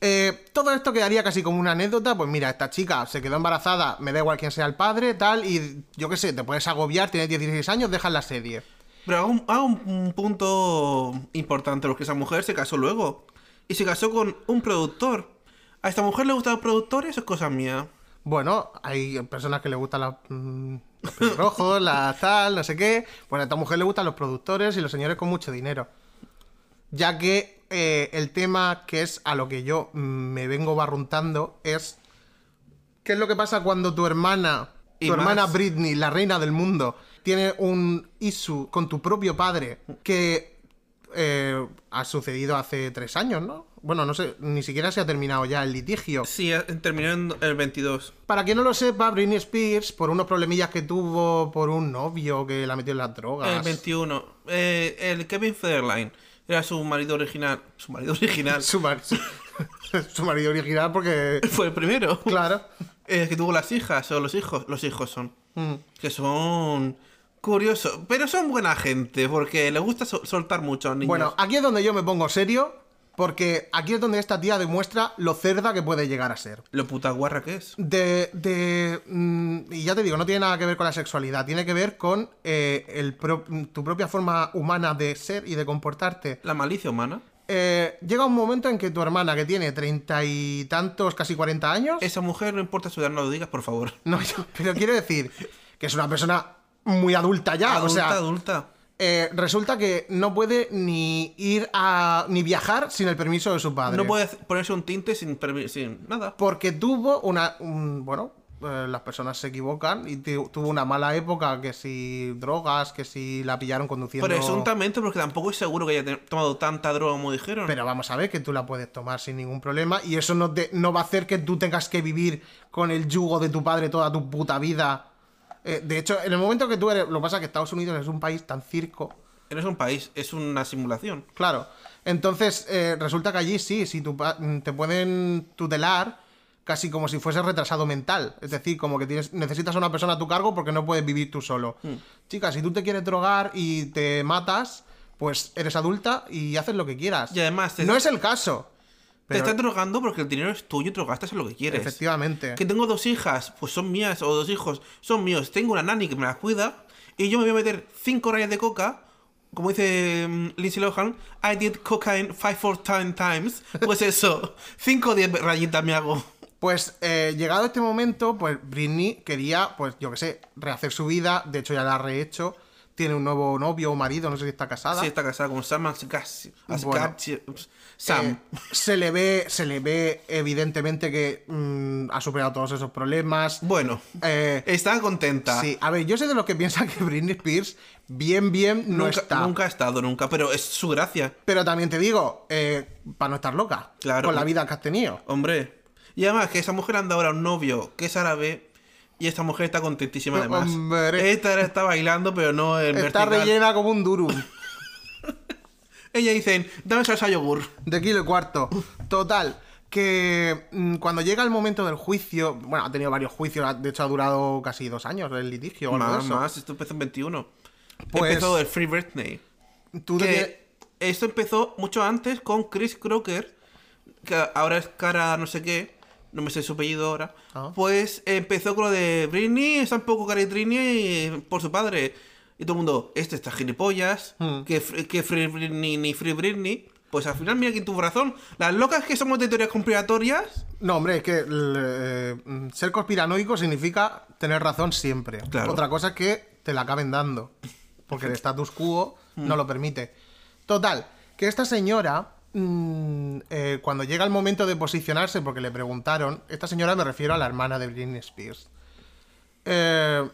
[SPEAKER 2] eh, todo esto quedaría casi como una anécdota. Pues mira, esta chica se quedó embarazada, me da igual quién sea el padre, tal, y yo qué sé, te puedes agobiar, tienes 16 años, dejas la serie.
[SPEAKER 3] Pero hago un, hago un- un punto importante, porque esa mujer se casó luego. Y se casó con un productor. A esta mujer le gustan los productores, eso es cosa mía.
[SPEAKER 2] Bueno, hay personas que le gustan las, mm, los pelirrojos, las tal, no sé qué. Bueno, a esta mujer le gustan los productores y los señores con mucho dinero. Ya que eh, el tema que es a lo que yo mm, me vengo barruntando es. ¿Qué es lo que pasa cuando tu hermana,
[SPEAKER 3] Y
[SPEAKER 2] tu hermana
[SPEAKER 3] más.
[SPEAKER 2] Britney, la reina del mundo, tiene un issue con tu propio padre que eh, ha sucedido hace tres años, ¿no? Bueno, no sé, ni siquiera se ha terminado ya el litigio.
[SPEAKER 3] Sí, eh, terminó en el 22.
[SPEAKER 2] Para quien no lo sepa, Britney Spears, por unos problemillas que tuvo por un novio que la metió en las drogas.
[SPEAKER 3] El 21. Eh, el Kevin Federline. Era su marido original. Su marido original.
[SPEAKER 2] Su, mar- su- su marido original, porque.
[SPEAKER 3] Fue el primero.
[SPEAKER 2] Claro.
[SPEAKER 3] El que tuvo las hijas, o los hijos. Los hijos son.
[SPEAKER 2] Mm.
[SPEAKER 3] Que son... Curiosos. Pero son buena gente, porque les gusta sol- soltar mucho a los niños.
[SPEAKER 2] Bueno, aquí es donde yo me pongo serio, porque aquí es donde esta tía demuestra lo cerda que puede llegar a ser.
[SPEAKER 3] Lo puta guarra que es.
[SPEAKER 2] De. de mm, y ya te digo, no tiene nada que ver con la sexualidad, tiene que ver con eh, el pro- tu propia forma humana de ser y de comportarte.
[SPEAKER 3] La malicia humana.
[SPEAKER 2] Eh, llega un momento en que tu hermana, que tiene treinta y tantos, casi cuarenta años.
[SPEAKER 3] Esa mujer no importa su edad, no lo digas, por favor.
[SPEAKER 2] No, yo- pero quiero decir que es una persona muy adulta ya.
[SPEAKER 3] adulta,
[SPEAKER 2] Ah, o sea,
[SPEAKER 3] adulta.
[SPEAKER 2] eh, resulta que no puede ni ir a. ni viajar sin el permiso de su padre.
[SPEAKER 3] No puede hacer- ponerse un tinte sin, permi- sin nada.
[SPEAKER 2] Porque tuvo una. un- bueno, eh, las personas se equivocan y tu- tuvo una mala época. Que si drogas, que si la pillaron conduciendo.
[SPEAKER 3] Presuntamente, porque tampoco es seguro que haya te- tomado tanta droga como dijeron.
[SPEAKER 2] Pero vamos a ver que tú la puedes tomar sin ningún problema y eso no, te, no va a hacer que tú tengas que vivir con el yugo de tu padre toda tu puta vida. Eh, de hecho, en el momento que tú eres... Lo que pasa es que Estados Unidos es un país tan circo.
[SPEAKER 3] No es un país, es una simulación.
[SPEAKER 2] Claro. Entonces, eh, resulta que allí sí, si tu pa- mm, te pueden tutelar casi como si fuese retrasado mental. Es decir, como que tienes, necesitas a una persona a tu cargo porque no puedes vivir tú solo.
[SPEAKER 3] Mm.
[SPEAKER 2] Chica, si tú te quieres drogar y te matas, pues eres adulta y haces lo que quieras.
[SPEAKER 3] Y además te-
[SPEAKER 2] No es el caso.
[SPEAKER 3] Te
[SPEAKER 2] pero-
[SPEAKER 3] estás drogando porque el dinero es tuyo y te lo gastas en lo que quieres.
[SPEAKER 2] Efectivamente.
[SPEAKER 3] Que tengo dos hijas, pues son mías, o dos hijos, son míos. Tengo una nani que me las cuida y yo me voy a meter cinco rayas de coca. Como dice mm, Lindsay Lohan, I did cocaine five, four ten times. Pues eso, cinco o diez rayitas me hago.
[SPEAKER 2] Pues eh, llegado este momento, pues Britney quería, pues yo qué sé, rehacer su vida. De hecho, ya la ha rehecho. Tiene un nuevo novio o marido, no sé si está casada.
[SPEAKER 3] Sí, está casada con Sam Asghasi-
[SPEAKER 2] Bueno.
[SPEAKER 3] Asghasi- pues, Sam.
[SPEAKER 2] Eh, se le ve, se le ve evidentemente que mm, ha superado todos esos problemas.
[SPEAKER 3] Bueno,
[SPEAKER 2] Eh,
[SPEAKER 3] está contenta.
[SPEAKER 2] sí, a ver, yo sé de los que piensa que Britney Spears bien, bien no
[SPEAKER 3] nunca,
[SPEAKER 2] está.
[SPEAKER 3] nunca ha estado, nunca, pero es su gracia.
[SPEAKER 2] Pero también te digo, para no estar loca
[SPEAKER 3] Claro.
[SPEAKER 2] con la vida que has tenido.
[SPEAKER 3] Hombre. Y además que esa mujer anda ahora a un novio que es árabe Y esta mujer está contentísima
[SPEAKER 2] No,
[SPEAKER 3] además.
[SPEAKER 2] hombre.
[SPEAKER 3] Esta era- está bailando, pero no en
[SPEAKER 2] Está
[SPEAKER 3] vertical.
[SPEAKER 2] rellena como un durum.
[SPEAKER 3] Ella dice, dame salsa yogur.
[SPEAKER 2] De kilo y cuarto. Total. Que mm, cuando llega el momento del juicio, bueno, ha tenido varios juicios, ha- de hecho ha durado casi dos años el litigio. o algo de
[SPEAKER 3] Más,
[SPEAKER 2] eso.
[SPEAKER 3] más, esto empezó en 21.
[SPEAKER 2] Pues-
[SPEAKER 3] Empezó el Free Birthday.
[SPEAKER 2] Tú te tienes-
[SPEAKER 3] Que esto empezó mucho antes con Chris Crocker, que ahora es cara no sé qué, no me sé su apellido ahora.
[SPEAKER 2] Ah.
[SPEAKER 3] Pues empezó con lo de Britney, está un poco cara de Britney eh, por su padre. Y todo el mundo, este está gilipollas,
[SPEAKER 2] Hmm.
[SPEAKER 3] que, fr- que Free Britney ni Free Britney. Pues al final, mira que tuvo razón. Las locas que somos de teorías conspiratorias.
[SPEAKER 2] No, hombre, es que l- eh, mm, ser conspiranoico significa tener razón siempre.
[SPEAKER 3] Claro.
[SPEAKER 2] Otra cosa es que te la acaben dando, porque el status quo no lo permite. Total, que esta señora, mm, eh, cuando llega el momento de posicionarse, porque le preguntaron, esta señora me refiero a la hermana de Britney Spears. Eh,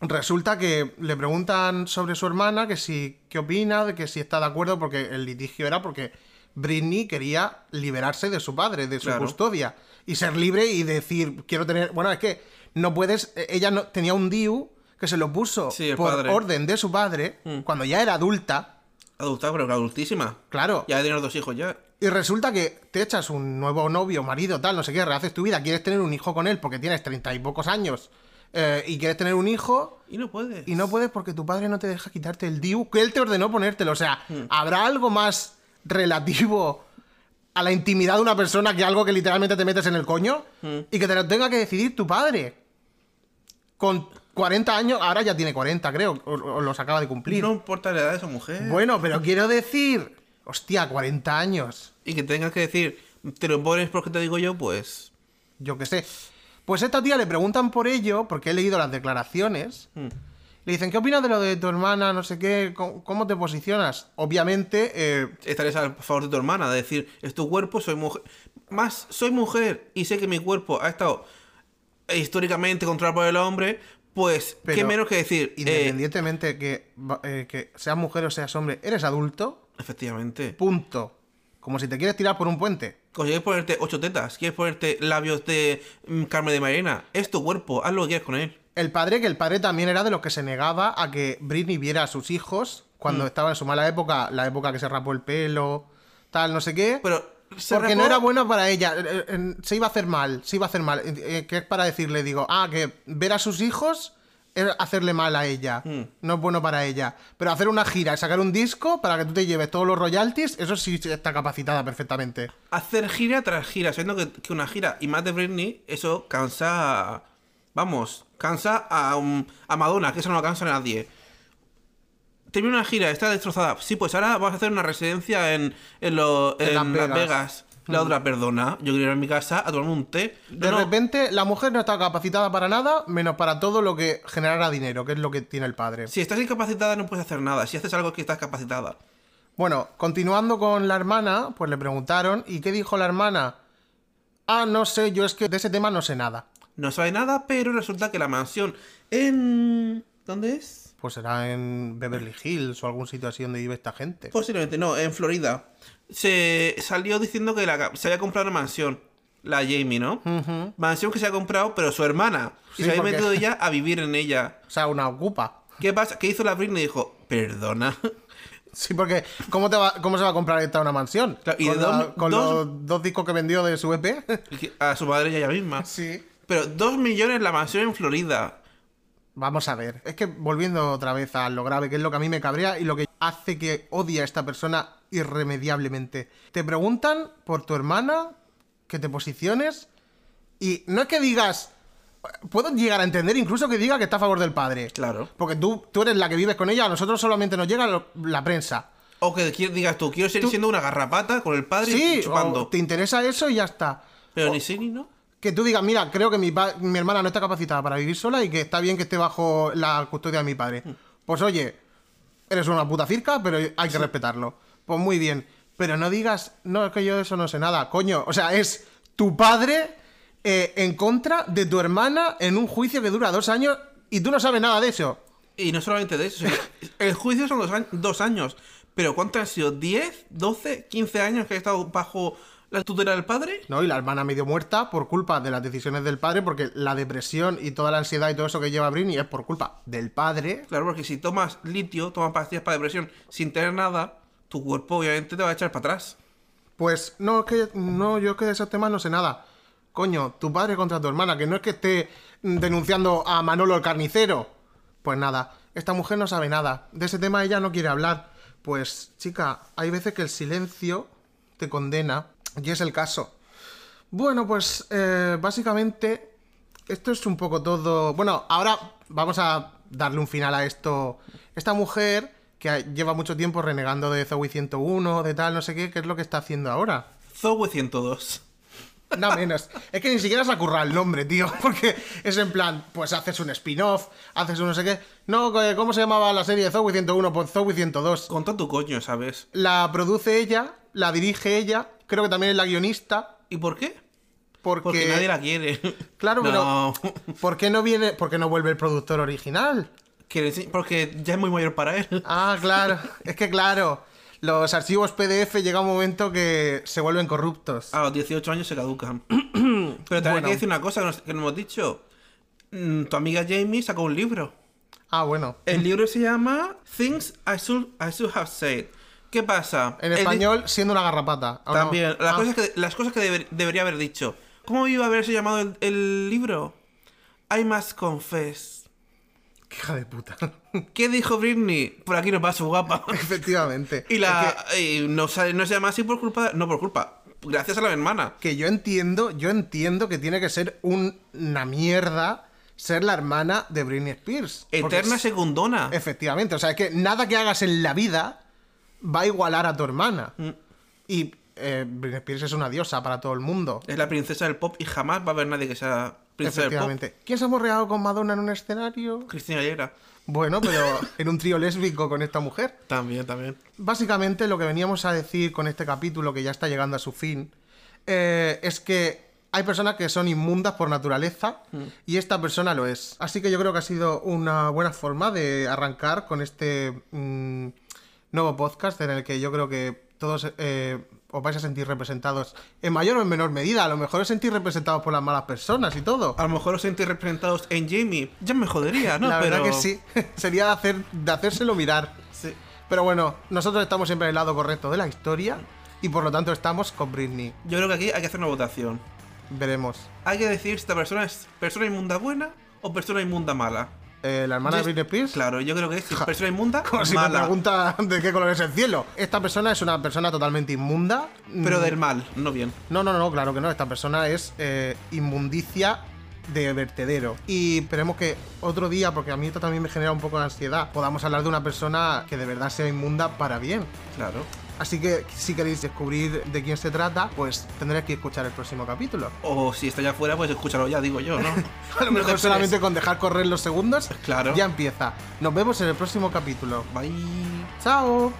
[SPEAKER 2] resulta que le preguntan sobre su hermana, que si qué opina, de que si está de acuerdo, porque el litigio era porque Britney quería liberarse de su padre, de su
[SPEAKER 3] Claro.
[SPEAKER 2] custodia, y ser libre y decir, quiero tener... Bueno, es que no puedes... eh, Ella no, tenía un DIU que se lo puso
[SPEAKER 3] Sí, el
[SPEAKER 2] por
[SPEAKER 3] padre. Mm.
[SPEAKER 2] orden de su padre, cuando ya era adulta,
[SPEAKER 3] Adulta, pero adultísima.
[SPEAKER 2] claro.
[SPEAKER 3] Ya tiene los dos hijos ya.
[SPEAKER 2] Y resulta que te echas un nuevo novio, marido, tal, no sé qué, rehaces tu vida, quieres tener un hijo con él porque tienes treinta y pocos años eh, y quieres tener un hijo...
[SPEAKER 3] Y no puede.
[SPEAKER 2] Y no puedes porque tu padre no te deja quitarte el DIU que él te ordenó ponértelo. O sea, ¿habrá algo más relativo a la intimidad de una persona que algo que literalmente te metes en el coño? Y que te lo tenga que decidir tu padre. Con 40 años, ahora ya tiene 40, creo, o, o los acaba de cumplir.
[SPEAKER 3] No importa la edad de esa mujer.
[SPEAKER 2] Bueno, pero quiero decir, hostia, 40 años,
[SPEAKER 3] y que tengas que decir, te lo pones porque te digo yo, pues.
[SPEAKER 2] yo qué sé. Pues a esta tía le preguntan por ello, porque he leído las declaraciones.
[SPEAKER 3] mm,
[SPEAKER 2] Le dicen, ¿qué opinas de lo de tu hermana? No sé qué, ¿cómo, cómo te posicionas? Obviamente, eh,
[SPEAKER 3] Estarías a favor de tu hermana, de decir, es tu cuerpo, soy mujer. Más, soy mujer y sé que mi cuerpo ha estado históricamente controlado por el hombre, pues, ¿qué
[SPEAKER 2] Pero,
[SPEAKER 3] menos que decir? eh,
[SPEAKER 2] independientemente que, va- eh, que seas mujer o seas hombre, eres adulto,
[SPEAKER 3] efectivamente.
[SPEAKER 2] punto. Como si te quieres tirar por un puente.
[SPEAKER 3] Quieres ponerte ocho tetas, quieres ponerte labios de mm, Carmen de Marina, es tu cuerpo, haz lo que quieras con él.
[SPEAKER 2] El padre, que el padre también era de los que se negaba a que Britney viera a sus hijos
[SPEAKER 3] Mm.
[SPEAKER 2] cuando estaba en su mala época, la época que se rapó el pelo, tal, no sé qué.
[SPEAKER 3] Pero. se
[SPEAKER 2] porque no
[SPEAKER 3] rapó-
[SPEAKER 2] era bueno para ella, eh, eh, eh, se iba a hacer mal, se iba a hacer mal. Eh, eh, que es para decirle, digo, ah, que ver a sus hijos es hacerle mal a ella,
[SPEAKER 3] Mm.
[SPEAKER 2] no es bueno para ella. Pero hacer una gira y sacar un disco para que tú te lleves todos los royalties, eso sí está capacitada perfectamente.
[SPEAKER 3] hacer gira tras gira, sabiendo que, que una gira y más de Britney, eso cansa. a- Vamos, cansa a, um, a Madonna, que eso no lo cansa a nadie. Termina una gira, está destrozada. Sí, pues ahora vas a hacer una residencia en, en, lo-
[SPEAKER 2] En
[SPEAKER 3] en
[SPEAKER 2] Las
[SPEAKER 3] Las Vegas.
[SPEAKER 2] Vegas. Mm.
[SPEAKER 3] La otra, perdona, yo quiero ir a mi casa a tomarme un té. No,
[SPEAKER 2] De
[SPEAKER 3] no,
[SPEAKER 2] repente, la mujer no está capacitada para nada, menos para todo lo que generara dinero, que es lo que tiene el padre.
[SPEAKER 3] Si estás incapacitada no puedes hacer nada. Si haces algo es que estás capacitada.
[SPEAKER 2] Bueno, continuando con la hermana, pues le preguntaron, ¿y qué dijo la hermana? Ah, no sé, yo es que de ese tema no sé nada.
[SPEAKER 3] No sabe nada, pero resulta que la mansión en... ¿Dónde es?
[SPEAKER 2] Pues será en Beverly Hills o algún sitio así donde vive esta gente.
[SPEAKER 3] Posiblemente, no, en Florida. Se salió diciendo que la- se había comprado una mansión. La Jamie, ¿no? Mansión que se ha comprado, pero su hermana.
[SPEAKER 2] Sí,
[SPEAKER 3] y se había
[SPEAKER 2] porque-
[SPEAKER 3] metido ella a vivir en ella.
[SPEAKER 2] O sea, una ocupa.
[SPEAKER 3] ¿Qué pasa? ¿Qué hizo la Britney? Dijo, perdona.
[SPEAKER 2] Sí, porque ¿cómo, te va- cómo se va a comprar esta una mansión?
[SPEAKER 3] Claro, y
[SPEAKER 2] con
[SPEAKER 3] de
[SPEAKER 2] la-
[SPEAKER 3] dos-
[SPEAKER 2] con
[SPEAKER 3] dos-
[SPEAKER 2] los dos discos que vendió de su EP.
[SPEAKER 3] A su madre y a ella misma.
[SPEAKER 2] sí.
[SPEAKER 3] Pero dos millones la mansión en Florida.
[SPEAKER 2] Vamos a ver. Es que volviendo otra vez a lo grave, que es lo que a mí me cabrea y lo que hace que odie a esta persona irremediablemente. Te preguntan por tu hermana, que te posiciones, y no es que digas. Puedo llegar a entender incluso que diga que está a favor del padre.
[SPEAKER 3] Claro.
[SPEAKER 2] Porque tú, tú eres la que vives con ella, a nosotros solamente nos llega lo- la prensa.
[SPEAKER 3] O que qui- digas tú, quiero seguir siendo una garrapata con el padre
[SPEAKER 2] Sí, o
[SPEAKER 3] chupando.
[SPEAKER 2] te interesa eso y ya está.
[SPEAKER 3] Pero ni sí ni no.
[SPEAKER 2] Que tú digas, mira, creo que mi, pa- mi hermana no está capacitada para vivir sola y que está bien que esté bajo la custodia de mi padre. Pues oye, eres una puta circa, pero hay que respetarlo. Pues muy bien. Pero no digas, no, es que yo de eso no sé nada, coño. O sea, es tu padre eh, en contra de tu hermana en un juicio que dura dos años y tú no sabes nada de eso.
[SPEAKER 3] Y no solamente de eso, sino- el juicio son dos, años- dos años, pero ¿cuánto han sido? ¿10, 12, 15 años que ha estado bajo la tutora del padre.
[SPEAKER 2] ¿no? Y la hermana medio muerta por culpa de las decisiones del padre, porque la depresión y toda la ansiedad y todo eso que lleva Britney es por culpa del padre.
[SPEAKER 3] Claro, porque si tomas litio, tomas pastillas para depresión sin tener nada, tu cuerpo obviamente te va a echar para atrás.
[SPEAKER 2] Pues no, es que no, yo es que de esos temas no sé nada. Coño, tu padre contra tu hermana, que no es que esté mm, denunciando a Manolo el carnicero. Pues nada, esta mujer no sabe nada. De ese tema ella no quiere hablar. Pues, chica, hay veces que el silencio te condena. Y es el caso. Bueno, pues eh, básicamente esto es un poco todo. Bueno, ahora vamos a darle un final a esto. Esta mujer que ha- lleva mucho tiempo renegando de Zoe 101, de tal, no sé qué, ¿qué es lo que está haciendo ahora?
[SPEAKER 3] Zoe 102.
[SPEAKER 2] Nada menos. Es que ni siquiera se ha currado el nombre, tío. Porque es en plan, pues haces un spin-off, haces un no sé qué. No, eh, ¿cómo se llamaba la serie de Zoe 101? Pues Zoe 102.
[SPEAKER 3] Conta tu coño, ¿sabes?
[SPEAKER 2] La produce ella, la dirige ella, creo que también es la guionista.
[SPEAKER 3] ¿Y por qué?
[SPEAKER 2] Porque,
[SPEAKER 3] Porque nadie la quiere.
[SPEAKER 2] Claro,
[SPEAKER 3] No.
[SPEAKER 2] pero ¿por qué no viene, por qué no vuelve el productor original?
[SPEAKER 3] Quiere decir- Porque ya es muy mayor para él.
[SPEAKER 2] Ah, claro, es que claro, los archivos PDF llega un momento que se vuelven corruptos.
[SPEAKER 3] A los 18 años se caducan. Pero también hay
[SPEAKER 2] Bueno.
[SPEAKER 3] que decir una cosa que nos- que no hemos dicho. Mm, Tu amiga Jamie sacó un libro.
[SPEAKER 2] Ah, bueno.
[SPEAKER 3] El libro se llama Things I Should, I Should Have Said. ¿Qué pasa?
[SPEAKER 2] En
[SPEAKER 3] El di-
[SPEAKER 2] español, siendo una garrapata. ¿o no?
[SPEAKER 3] También. Las,
[SPEAKER 2] Ah,
[SPEAKER 3] cosas que, las cosas que deber- debería haber dicho. ¿Cómo iba a haberse llamado el, el libro? I must confess.
[SPEAKER 2] qué hija de puta.
[SPEAKER 3] ¿Qué dijo Britney? Por aquí nos va su guapa.
[SPEAKER 2] Efectivamente.
[SPEAKER 3] Y
[SPEAKER 2] Es
[SPEAKER 3] la. y no, sale- no se llama así por culpa. No por culpa. Gracias a la hermana.
[SPEAKER 2] que, que yo entiendo, yo entiendo que tiene que ser un- una mierda ser la hermana de Britney Spears. porque
[SPEAKER 3] Eterna
[SPEAKER 2] es-
[SPEAKER 3] secundona.
[SPEAKER 2] Efectivamente, o sea, es que nada que hagas en la vida va a igualar a tu hermana.
[SPEAKER 3] Mm.
[SPEAKER 2] Y eh, Britney Spears es una diosa para todo el mundo.
[SPEAKER 3] Es la princesa del pop y jamás va a haber nadie que sea princesa del pop.
[SPEAKER 2] Efectivamente. ¿Quién se ha morreado con Madonna en un escenario?
[SPEAKER 3] Cristina Aguilera.
[SPEAKER 2] Bueno, pero en un trío lésbico con esta mujer.
[SPEAKER 3] También, también.
[SPEAKER 2] Básicamente lo que veníamos a decir con este capítulo, que ya está llegando a su fin, eh, es que hay personas que son inmundas por naturaleza y esta persona lo es. Así que yo creo que ha sido una buena forma de arrancar con este mm, nuevo podcast en el que yo creo que todos eh, os vais a sentir representados en mayor o en menor medida. A lo mejor os sentís representados por las malas personas y todo.
[SPEAKER 3] A lo mejor os sentís representados en Jamie. Ya me jodería, ¿no?
[SPEAKER 2] La verdad
[SPEAKER 3] Pero-
[SPEAKER 2] que sí. Sería de hacer, de hacérselo mirar.
[SPEAKER 3] Sí.
[SPEAKER 2] Pero bueno, nosotros estamos siempre en el lado correcto de la historia y por lo tanto estamos con Britney.
[SPEAKER 3] Yo creo que aquí hay que hacer una votación.
[SPEAKER 2] Veremos.
[SPEAKER 3] Hay que decir si esta persona es persona inmunda buena o persona inmunda mala.
[SPEAKER 2] Eh, ¿La hermana
[SPEAKER 3] Yo-
[SPEAKER 2] de Britney Spears?
[SPEAKER 3] Claro, yo creo que es persona inmunda
[SPEAKER 2] Como si me
[SPEAKER 3] mala.
[SPEAKER 2] pregunta de qué color es el cielo. Esta persona es una persona totalmente inmunda. Mm,
[SPEAKER 3] pero del mal, no bien.
[SPEAKER 2] No, no, no, claro que no. Esta persona es eh, inmundicia de vertedero. Y esperemos que otro día, porque a mí esto también me genera un poco de ansiedad, podamos hablar de una persona que de verdad sea inmunda para bien.
[SPEAKER 3] Claro.
[SPEAKER 2] Así que si queréis descubrir de quién se trata, pues tendréis que escuchar el próximo capítulo.
[SPEAKER 3] O si está allá afuera, pues escúchalo ya, digo yo, ¿no?
[SPEAKER 2] A lo mejor
[SPEAKER 3] No te
[SPEAKER 2] solamente
[SPEAKER 3] esperes.
[SPEAKER 2] con dejar correr los segundos,
[SPEAKER 3] Claro.
[SPEAKER 2] ya empieza. Nos vemos en el próximo capítulo.
[SPEAKER 3] Bye.
[SPEAKER 2] ¡Chao!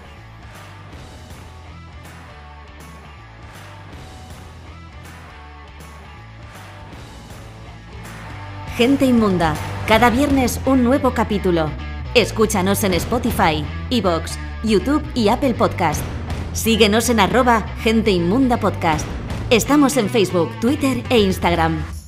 [SPEAKER 1] Gente Inmunda. Cada viernes un nuevo capítulo. Escúchanos en Spotify, Evox, YouTube y Apple Podcast. Síguenos en arroba Gente Inmunda Podcast. Estamos en Facebook, Twitter e Instagram.